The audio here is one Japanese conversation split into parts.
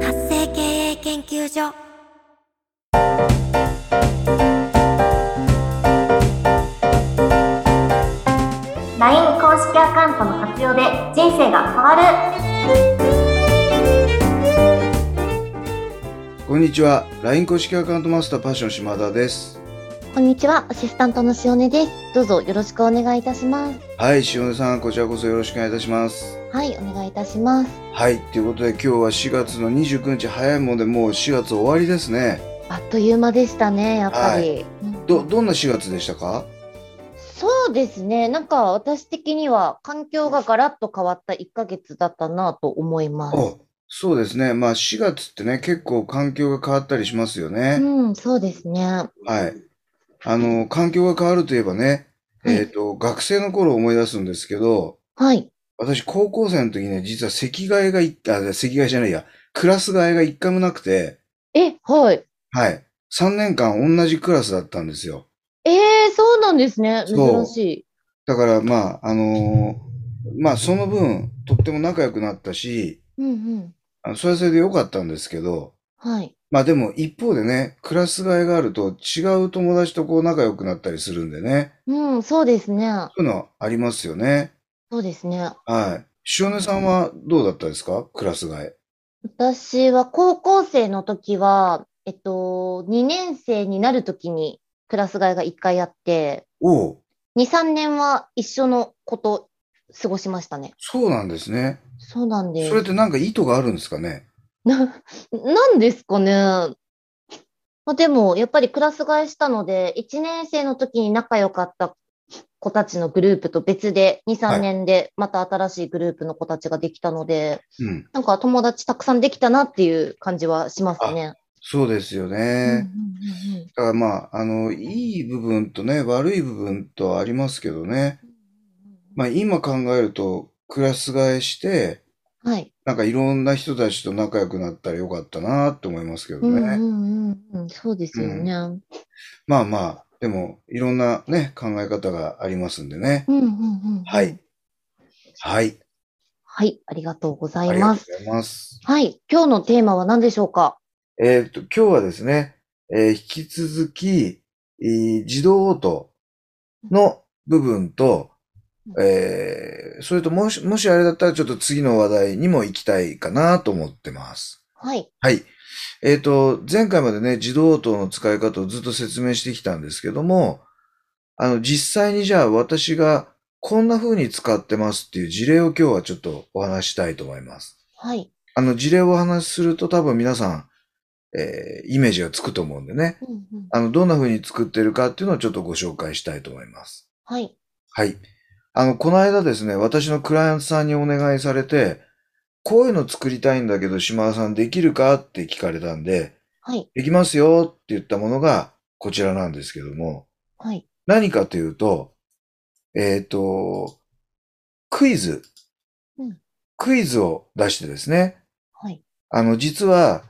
発生経営研究所ライン公式アカウントの活用で人生が変わるこんにちは。LINE 公式アカウントマスターパッション島田です。こんにちは、アシスタントの塩根です。どうぞよろしくお願いいたします。はい、塩根さん、こちらこそよろしくお願いいたします。はい、お願いいたします。はい、ということで今日は4月の29日、早いもんでもう4月終わりですね。あっという間でしたね、やっぱり。うんど、どんな4月でしたかそうですね、なんか私的には環境がガラッと変わった1ヶ月だったなと思います。おそうですね。まあ4月ってね、結構環境が変わったりしますよね。うん、そうですね。はい。あの、環境が変わるといえばね、はいえっ、と、学生の頃を思い出すんですけど、はい。私高校生の時ね、実は席替えがい、あ、席替えじゃないや、クラス替えが一回もなくて、え、はい。はい。3年間同じクラスだったんですよ。えー、そうなんですね。そう珍しい。だから、まあ、あのーまあ、その分、とっても仲良くなったし、うんうん。あのそれはそれで良かったんですけど、はい。まあでも一方でね、クラス替えがあると違う友達とこう仲良くなったりするんでね、うん、そうですね。そういうのはありますよね。そうですね。はい。塩根さんはどうだったですかクラス替え。私は高校生の時は、えっと、2年生になる時にクラス替えが1回あって、おう、 2、3年は一緒のこと過ごしましたね。そうなんですね。そうなんです。それってなんか意図があるんですかねな、なんですかね。まあ、でも、やっぱりクラス替えしたので、1年生の時に仲良かった子たちのグループと別で、2、はい3年でまた新しいグループの子たちができたので、うん。なんか友達たくさんできたなっていう感じはしますね。そうですようんうんね。うんうんだからまあ、あの、いい部分とね、悪い部分とありますけどね。まあ今考えると、クラス替えして、はい。なんかいろんな人たちと仲良くなったらよかったなって思いますけどうんうね。んうんうん。そうですよね。うんまあまあ、でもいろんなね、考え方がありますんでね。うんうん。はい。。はい。はい。ありがとうござあいりがまとす。うございます。はい。今日のテーマは何でしょうかえーっと、今日はですね、えー引き続き、えー自動応答の部分と、えーそれともし、もしあれだったらちょっと次の話題にも行きたいかなと思ってます。はい。はい。えっ、と、前回までね、自動応答の使い方をずっと説明してきたんですけども、あの、実際にじゃあ私がこんな風に使ってますっていう事例を今日はちょっとお話ししたいと思います。はい。あの、事例をお話しすると多分皆さん、えーイメージがつくと思うんでね。うんうんあの、どんな風に作ってるかっていうのをちょっとご紹介したいと思います。はい。はい。あの、この間ですね、私のクライアントさんにお願いされて、こういうの作りたいんだけど、島田さんできるかって聞かれたんで、はい。できますよって言ったものがこちらなんですけども、はい。何かというと、えっ、と、クイズうん。クイズを出してですね。はい。あの、実は、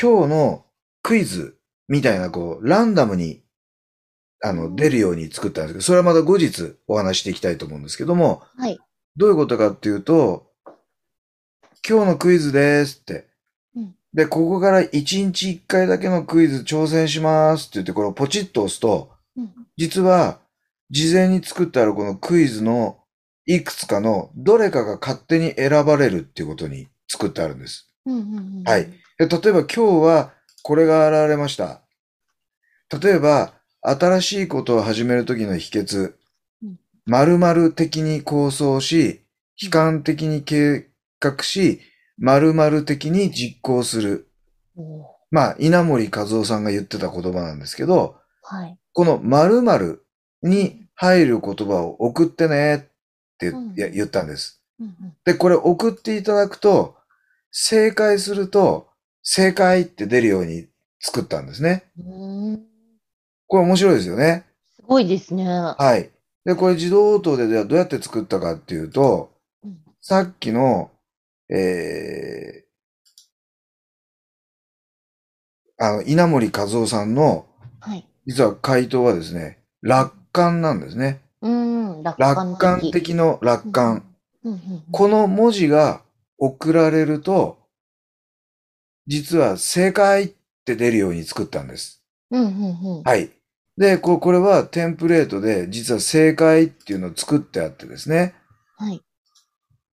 今日のクイズみたいな、こう、ランダムに、あの、出るように作ったんですけど、それはまた後日お話していきたいと思うんですけども、はい。どういうことかっていうと、今日のクイズですってうん。で、ここから1日1回だけのクイズ挑戦しますって言って、これをポチッと押すと、うん実は、事前に作ってあるこのクイズのいくつかのどれかが勝手に選ばれるっていうことに作ってあるんです。うんうんうんはい。で例えば今日はこれが現れました。例えば、新しいことを始めるときの秘訣うん。 〇〇的に構想し、悲観的に計画し、〇〇的に実行する。おーまあ、稲森和夫さんが言ってた言葉なんですけど、はい。この〇〇に入る言葉を送ってねってうんいや言ったんです。うんうんで、これ送っていただくと、正解すると、正解って出るように作ったんですね。うーんこれ面白いですよね。すごいですね。はい。で、これ自動応答でではどうやって作ったかっていうとうん、さっきの、えー、あの、稲森和夫さんの、はい。実は回答はですね、楽観なんですね。うーん。楽観楽観的の楽観。うんうんうんこの文字が送られると、実は正解って出るように作ったんです。うんうんうんはい。で、ここれはテンプレートで、実は正解っていうのを作ってあってですね。はい。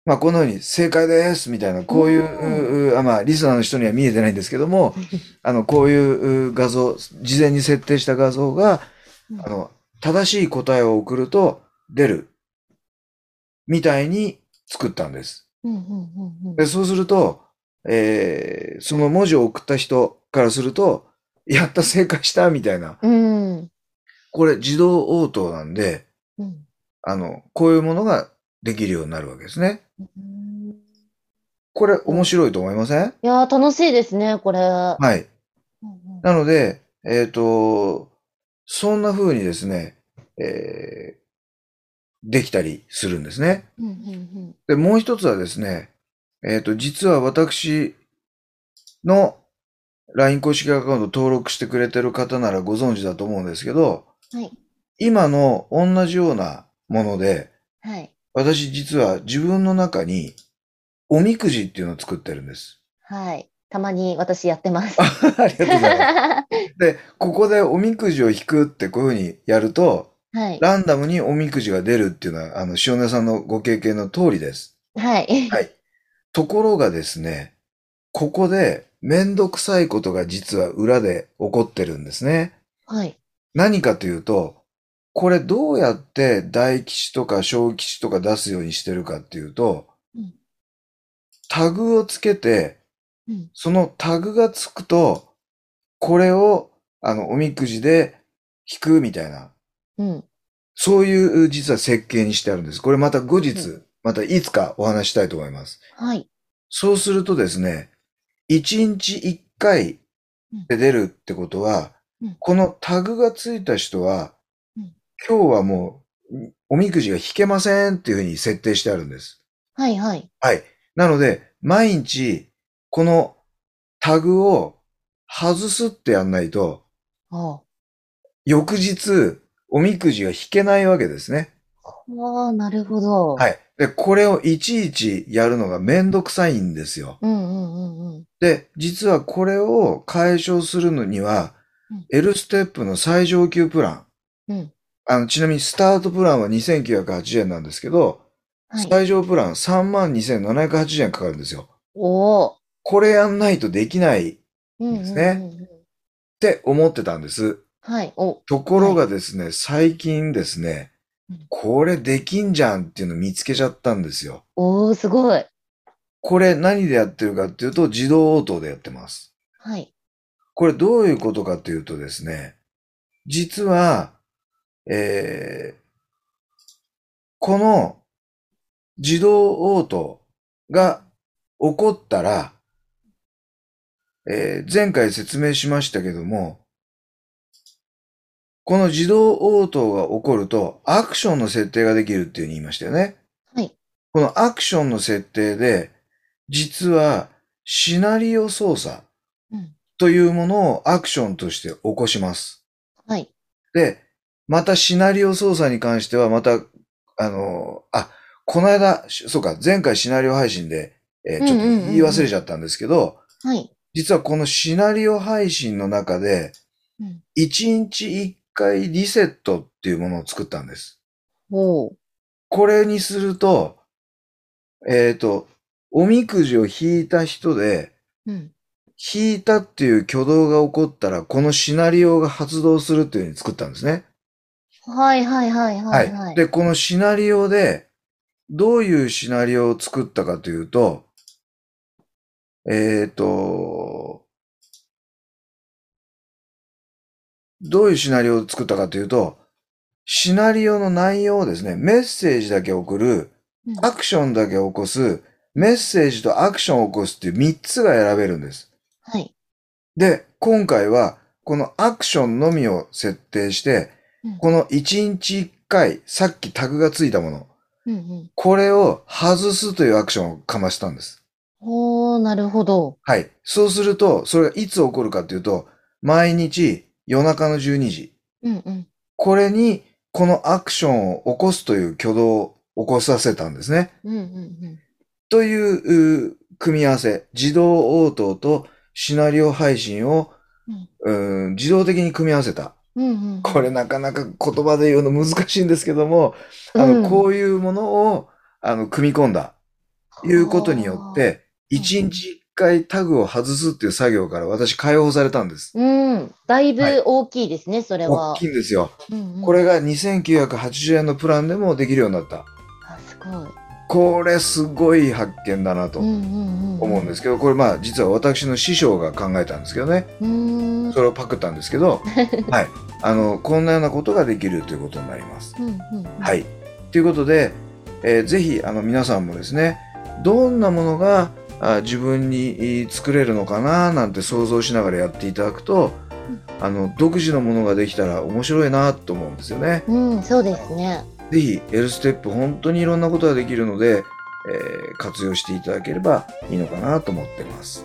まあ、このように正解ですみたいな、こういううう、うあまあ、リスナーの人には見えてないんですけども、あの、こういうう画像、事前に設定した画像が、あの、正しい答えを送ると出る。みたいに作ったんです。うんうんうんうんで、そうすると、えーその文字を送った人からすると、やった、正解した、みたいな。うんこれ自動応答なんで、うんあの、こういうものができるようになるわけですね。うんこれ面白いと思いませんいやー、楽しいですね、これ。はい。うんうんなので、えっ、と、そんな風にですね、えーできたりするんですね。うんうんで、もう一つはですね、えっ、と、実は私の LINE 公式アカウント登録してくれてる方ならご存知だと思うんですけど、うんはい。今の同じようなもので、はい。私実は自分の中におみくじっていうのを作ってるん です。はい。たまに私やってます。ありがとうございます。はで、ここでおみくじを引くってこういうふうにやると、 い。ランダムにおみくじが出るっていうのは、あの、塩根さんのご経験の通りです。はい。ところがですね、ここでめんどくさいことが実は裏で起こってるんですね。はい。何かというと、これどうやって大吉とか小吉とか出すようにしてるかっていうとうん、タグをつけてうん、そのタグがつくと、これを、あの、おみくじで引くみたいな、うん。そういう実は設計にしてあるんです。これまた後日、うまたいつかお話ししたいと思います。はい。そうするとですね、1日1回で出るってことは、うんこのタグがついた人は、うん今日はもうおみくじが引けませんっていうふうに設定してあるんです。はい。はい。はい。なので、毎日このタグを外すってやんないと、あ翌日おみくじが引けないわけですね。あ、なるほど。。はいい。で、これをいちいちやるのがめんどくさいんですよ。うんうんうんうん。で、実はこれを解消するのには、L ステップの最上級プラン。うん。あの、ちなみにスタートプランは2980円なんですけど、はい。最上プラン32,780円かかるんですよ。おお。これやんないとできないっうんいですうんねうんうん。て思ってたんです。はい。お。ところがですね、最近ですねうん、これできんじゃんっていうの見つけちゃったんですよ。おお、すごい。これ何でやってるかっていうと、自動応答でやってます。はい。これどういうことかというとですね、実は、えーこの自動応答が起こったら、えー前回説明しましたけども、この自動応答が起こると、アクションの設定ができるっていうふうに言いましたよね。はい。このアクションの設定で、実はシナリオ操作、うん。というものをアクションとして起こします。はい。で、またシナリオ操作に関しては、また、あの、あ、この間、しそうか、前回シナリオ配信で、えーちょっとうんうんうんうん言い忘れちゃったんですけど、はい。実はこのシナリオ配信の中でうん、 1日1回リセットっていうものを作ったんです。おお。これにすると、えっ、と、おみくじを引いた人で、うん。引いたっていう挙動が起こったら、このシナリオが発動するっていうふうに作ったんですね。はいはいはいはいはい。で、このシナリオで、どういうシナリオを作ったかというと、えっ、と、どういうシナリオを作ったかというと、シナリオの内容をですね、メッセージだけ送る、うんアクションだけ起こす、メッセージとアクションを起こすっていう3つが選べるんです。はい。で、今回は、このアクションのみを設定してうん、この1日1回、さっきタグがついたもの、うんうん。これを外すというアクションをかましたんです。おお、なるほど。はい。そうすると、それがいつ起こるかっていうと、毎日夜中の12時、うんうん。これにこのアクションを起こすという挙動起こさせたんですね。うんうんというう組み合わせ、自動応答とシナリオ配信を、うん、自動的に組み合わせた。うん。うんうん。これなかなか言葉で言うの難しいんですけども、あうんの、こういうものを、あの、組み込んだ、いうことによって、うん一日一回タグを外すっていう作業から私解放されたんです。うん。だいはいぶ大きいですね、それは。大きいんですよ。うんうんこれが2980円のプランでもできるようになった。あすごい。これすごい発見だなとうん思うんうん。うんですけど、これまあ実は私の師匠が考えたんですけどね。うーん。それをパクったんですけ ど、はい。あの、こんなようなことができるということになります。うんうんうんはい。ということで、えーぜひ、あの、皆さんもですね、どんなものがあ自分にえー作れるのかななんて想像しながらやっていただくと、あの、独自のものができたら面白いなと思うんですよね。うん、そうですね。ぜひ、L ステップ、本当にいろんなことができるので、えー活用していただければいいのかなと思ってます。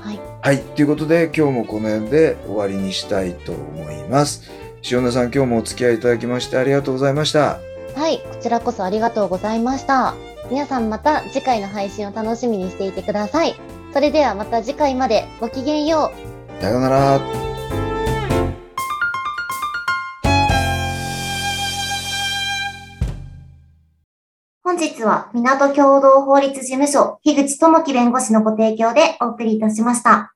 はい。はい。ということで、今日もこの辺で終わりにしたいと思います。塩田さん、今日もお付き合いいただきましてありがとうございました。はい、こちらこそありがとうございました。皆さんまた次回の配信を楽しみにしていてください。それではまた次回までごきげんよう。さようなら。本日は港共同法律事務所、樋口智樹弁護士のご提供でお送りいたしました。